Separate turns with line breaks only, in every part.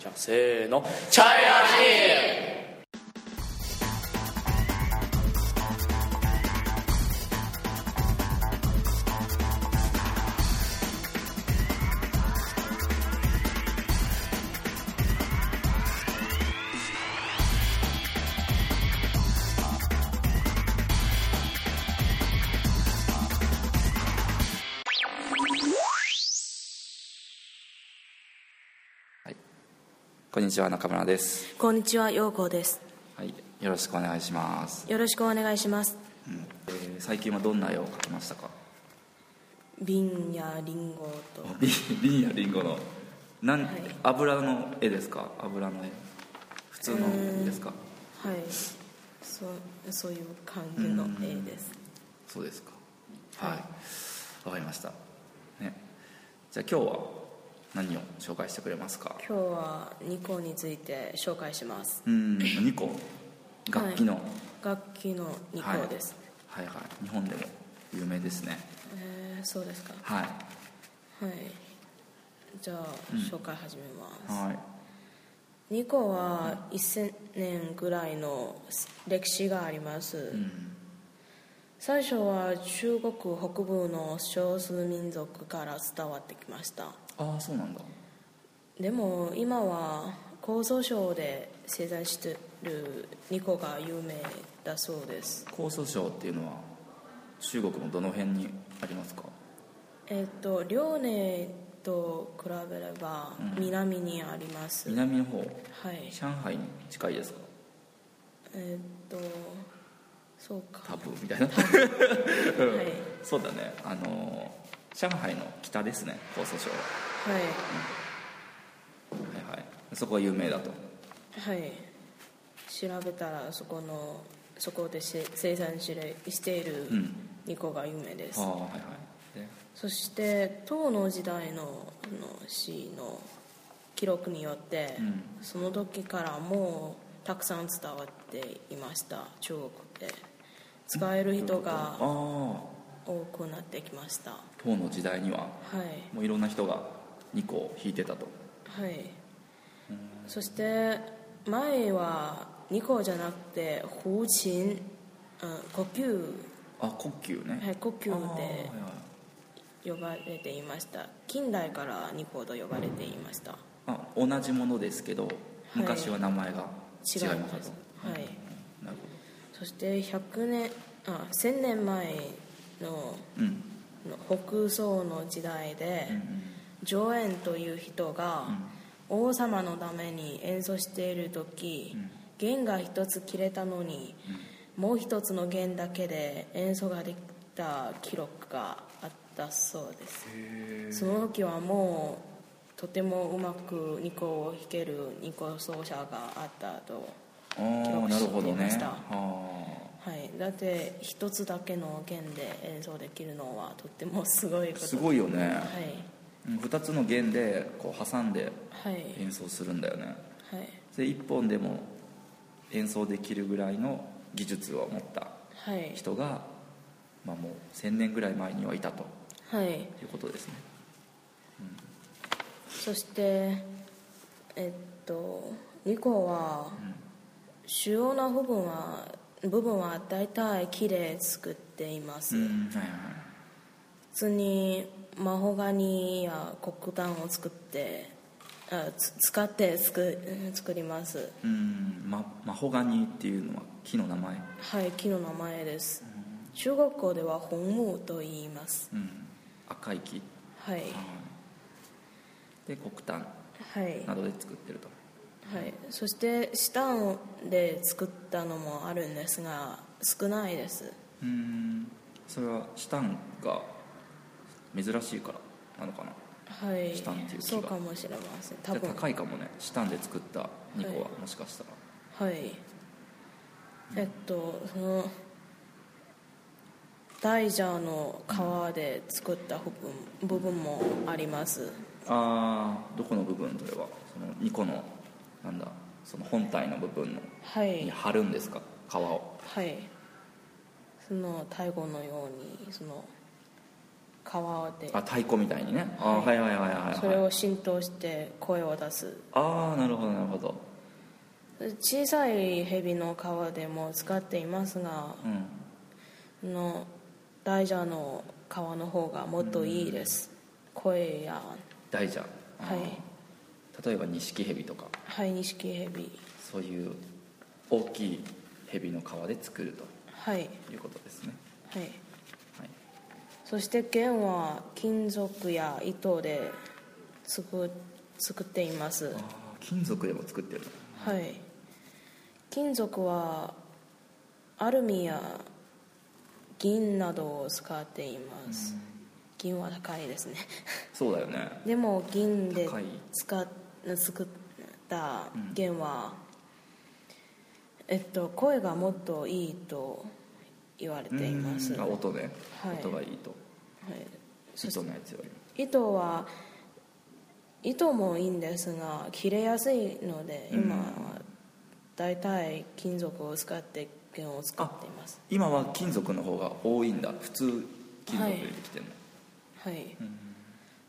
じゃあせーのチャイラ
こんにちは中村です、
こんにちは、陽子です。
はい、よろしくお願いします、
よろしくお願いします。
うんえー最近はどんな絵を描きましたか
瓶やリンゴと。
ビ瓶やリンゴのなん、
はい
油の絵ですか油の絵普通の絵ですか、
はい。そう、そういう感じの絵です。
そうですかはいわかりましたねじゃあ今日は何を紹介してくれますか
今日は二個について紹介します。
うん2個楽器の、
楽器の二
はい
個です。
はいはい日本でも有名ですね
えーそうですか。
はい
はい。じゃあ、紹介始めます。
はい
二個は1000年ぐらいの歴史があります。
うん
最初は中国北部の少数民族から伝わってきました
ああそうなんだ
でも今は江蘇省で生産してるニコが有名だそうです
江蘇省っていうのは中国のどの辺にありますか
えっと遼寧と比べれば南にあります、
南の方
はい
上海に近いですか
えっとそうか
多分みたいな
はいはい
そうだねあのー上海の北ですね江蘇省ははいはいそこが有名だと
はい調べたらそこのそこでし生産しれしている
うん
ニコが有名です、
ああはいはいで
そして唐の時代のあの詩の記録によって、
うん
その時からもうたくさん伝わっていました中国で使える人
ああ
が多くなってきましたは
唐の時代にはいもういろんな人が2個を弾いてたと
はいそして前は二個じゃなくて胡琴、うん、呼吸
あ呼吸ね、
はい呼吸
ああはい
で呼ばれていました近代から二個と呼ばれていました
はい、あ同じものですけど昔は名前が違い
違い
ま
ますす
と、
はい
なるほ
そして100年あ1000年前の
どうん
の北宋の時代で
うんうん
上演という人が王様のために演奏している時
うん
弦が一つ切れたのにもう一つの弦だけで演奏ができた記録があったそうですその時はもうとてもうまく二個を弾ける二個奏者があったと
あー
記録
なるほど
していま
ね
した
あ
はい、だって一つだけの弦で演奏できるのはとってもすごいこ
ー
と
すごいよね
はい
うん2つの弦でこう挟んで
はい
演奏するんだよね
はい
で1本でも演奏できるぐらいの技術を持った
はい
人が、まあ、もう1000年ぐらい前にはいたと
はい
いうことですね
そしてえっと2個は、主要な部分は部分は大体木で作っています、
はいはい
普通にマホガニや黒炭を作ってあつ使って作作ります
うん、ま、マホガニっていうのは木の名前
はい木の名前です、中国語では本木と言います
うん赤い木、
はい
はいで黒炭
はい
などで作ってると
はいそして下で作ったのもあるんですが少ないです
うーんそれはシタンが珍しいからなのかな
はい
下っていう木が
そうかもしれません多
じゃあ
分
高いかもねシタンで作った2個は
は
もしかしたら、
はいえっとそのダイジャーの皮で作った部分部分もあります
ああどこの部分それはその2個のなんだその本体の部分の
は
に
い
貼るんですか皮を
はいその太鼓のようにその川で
あ太鼓みたいにねあはいはいはいはいはい
それを浸透して声を出す
ああなるほどなるほど
小さい蛇の皮でも使っていますが
うん
あの大蛇の皮の方がもっといいです声や
大蛇あー
はい
例えば錦蛇とか
ハイニシキヘビ
そういう大きい蛇の皮で作ると
はい
いうことですね、
はい
はい、
そして弦は金属や糸で作作っています
あー金属でも作ってる
はい金属はアルミや銀などを使っています銀は高いですね
そうだよね
でも銀で
高い
使っ作った弦は、えっと声がもっといいと言われています、
うんあ音ね、
はい
音がいいと
はいそして
糸のやつより
糸は糸もいいんですが切れやすいので
うん
今は大体金属を使って弦を作っています
今は金属の方が多いんだ普通金属でできても、
はい
うん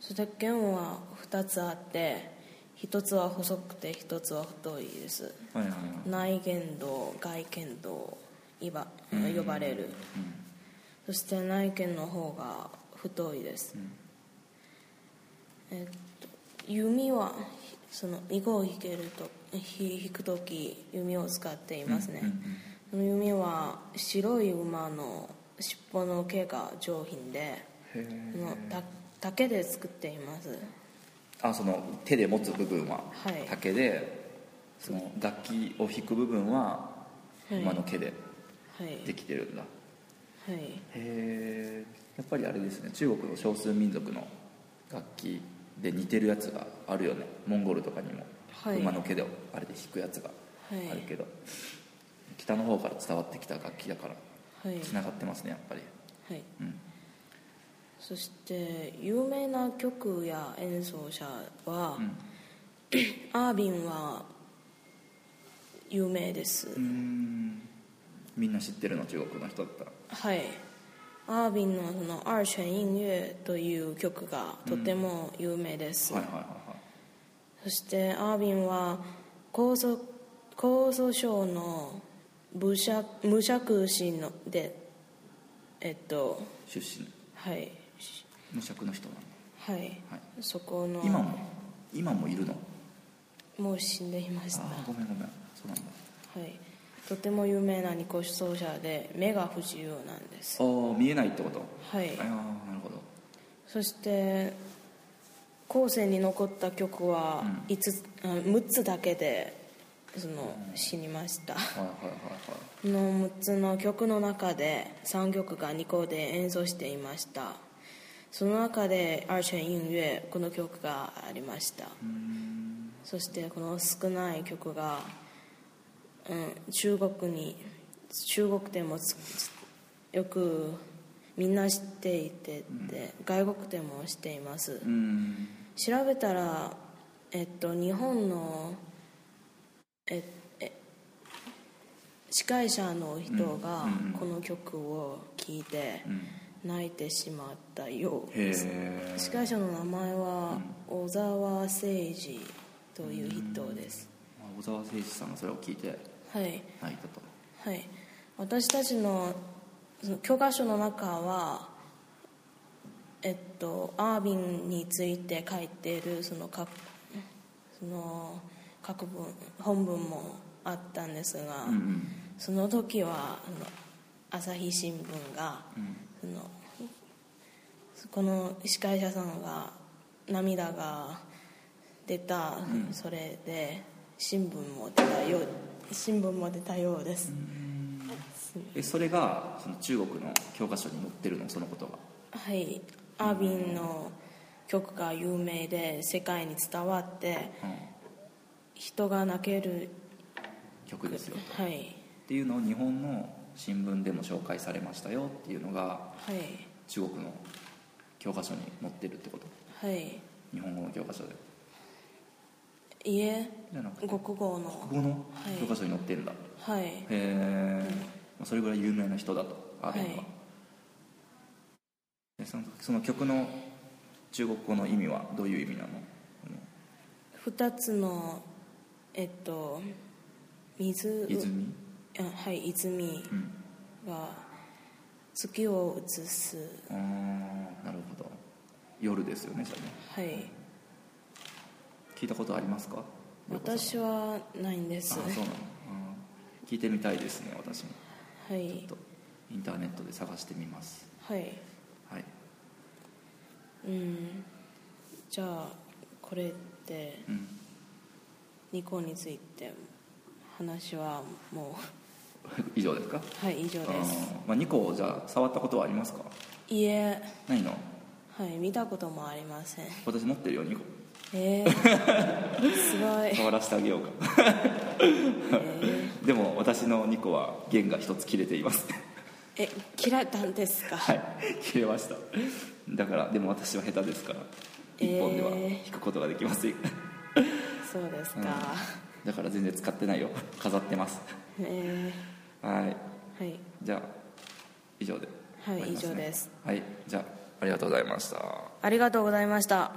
そして弦は2つあって1つは細くて1つは太いです
はいはいはい
内弦道外弦道いば呼ばれるそして内剣の方が太いです、えっと弓はひその囲碁を引けるとひ引く時弓を使っていますね、その弓は白い馬の尻尾の毛が上品で
うんへ
そのた竹で作っています
ーあその手で持つ部分は
はい
竹でその楽器を弾く部分は
はい
馬の毛で
はい
できてるんだ、
はい
へえやっぱりあれですね中国の少数民族の楽器で似てるやつがあるよねモンゴルとかにも、
はい
馬の毛であれで弾くやつがあ
は
る
い
けど、北の方から伝わってきた楽器だから
はい
つながってますねやっぱり、
はい
うん、
そして有名な曲や演奏者は、 アービンは有名です、
みんな知ってるの中国の人だったら
はいアービンのその「二泉音乐」という曲がとても有名です、
はいはいはいはい
そしてアービンは江蘇江蘇省の武者武者空市のでえっと
出身
はいし
無職の人なの、
はい、
はい
そこの
今も今もいるの
もう死んでいました
ああごめんごめんそうなんだ
はい、とても有名な二個奏者で目が不自由なんです、
ああ見えないってこと
はい
あ、あなるほど
そして後世に残った曲は5つ、あ6つだけでその死にました
はいはいはいはい
この6つの曲の中で3曲が2個で演奏していましたその中で「アーチェン音楽」この曲がありましたそしてこの少ない曲が、うん、中国に中国でもつつよくみんな知っていてで外国でもしています
うん
調べたらえっと日本のええ司会者の人がこの曲を聴いて泣いてしまったよう
へ
です
え
司会者の名前は小沢誠二という人です
小沢誠二さんがそれを聞いて
はい
泣いたと
はい私たちのその教科書の中はえっとアービンについて書いているそのかその各文本文もあったんですが、
うんうん
その時はあの朝日新聞が、そのこの司会者さんが涙が出た、それで新聞も出たよう新聞も出たようです、
えそれがその中国の教科書に載ってるのそのことが
はいアービンの曲が有名で世界に伝わって
うん
人が泣ける
曲ですよ
はい
っていうのを日本の新聞でも紹介されましたよっていうのが
はい
中国の教科書に載ってるってこと
はい
日本語の教科書で
いえ
じゃなくて
国語の
国語の
はい
教科書に載ってるんだ、
はい
へえ、まあそれぐらい有名な人だとアービンは、
はい
ええそのその曲の中国語の意味はどういう意味なの
2つのえっと水
泉、
あはい泉
うん、
が月を映す
ああなるほど夜ですよねじゃあね
はい
聞いたことありますか涼子さん
私はないんで
あ
す
そうなのうん聞いてみたいですね私も
は
ちょっ
い
とインターネットで探してみます
はい
はい
うんじゃあこれって
うん
ニコについて話はも
以上ですか
うはい以上です
あーまあ、2個じゃあ触ったことはありますか
いいえ
ないの
はい見たこともありませ ん
私持ってるよ2個
えー、すごい
触らせてあげようか
え
でも私の2個は弦が1つ切れています
ーえ嫌いたんですか、
はい切れましただからでも私は下手ですから1本では
え
弾くことができません、
そうです
うん
か、
だから全然使ってないよ飾ってます
え
はい
ーはい
じゃあ以上で
は
終
い
わりますね
以上です
はいじゃあありがとうございました
ありがとうございました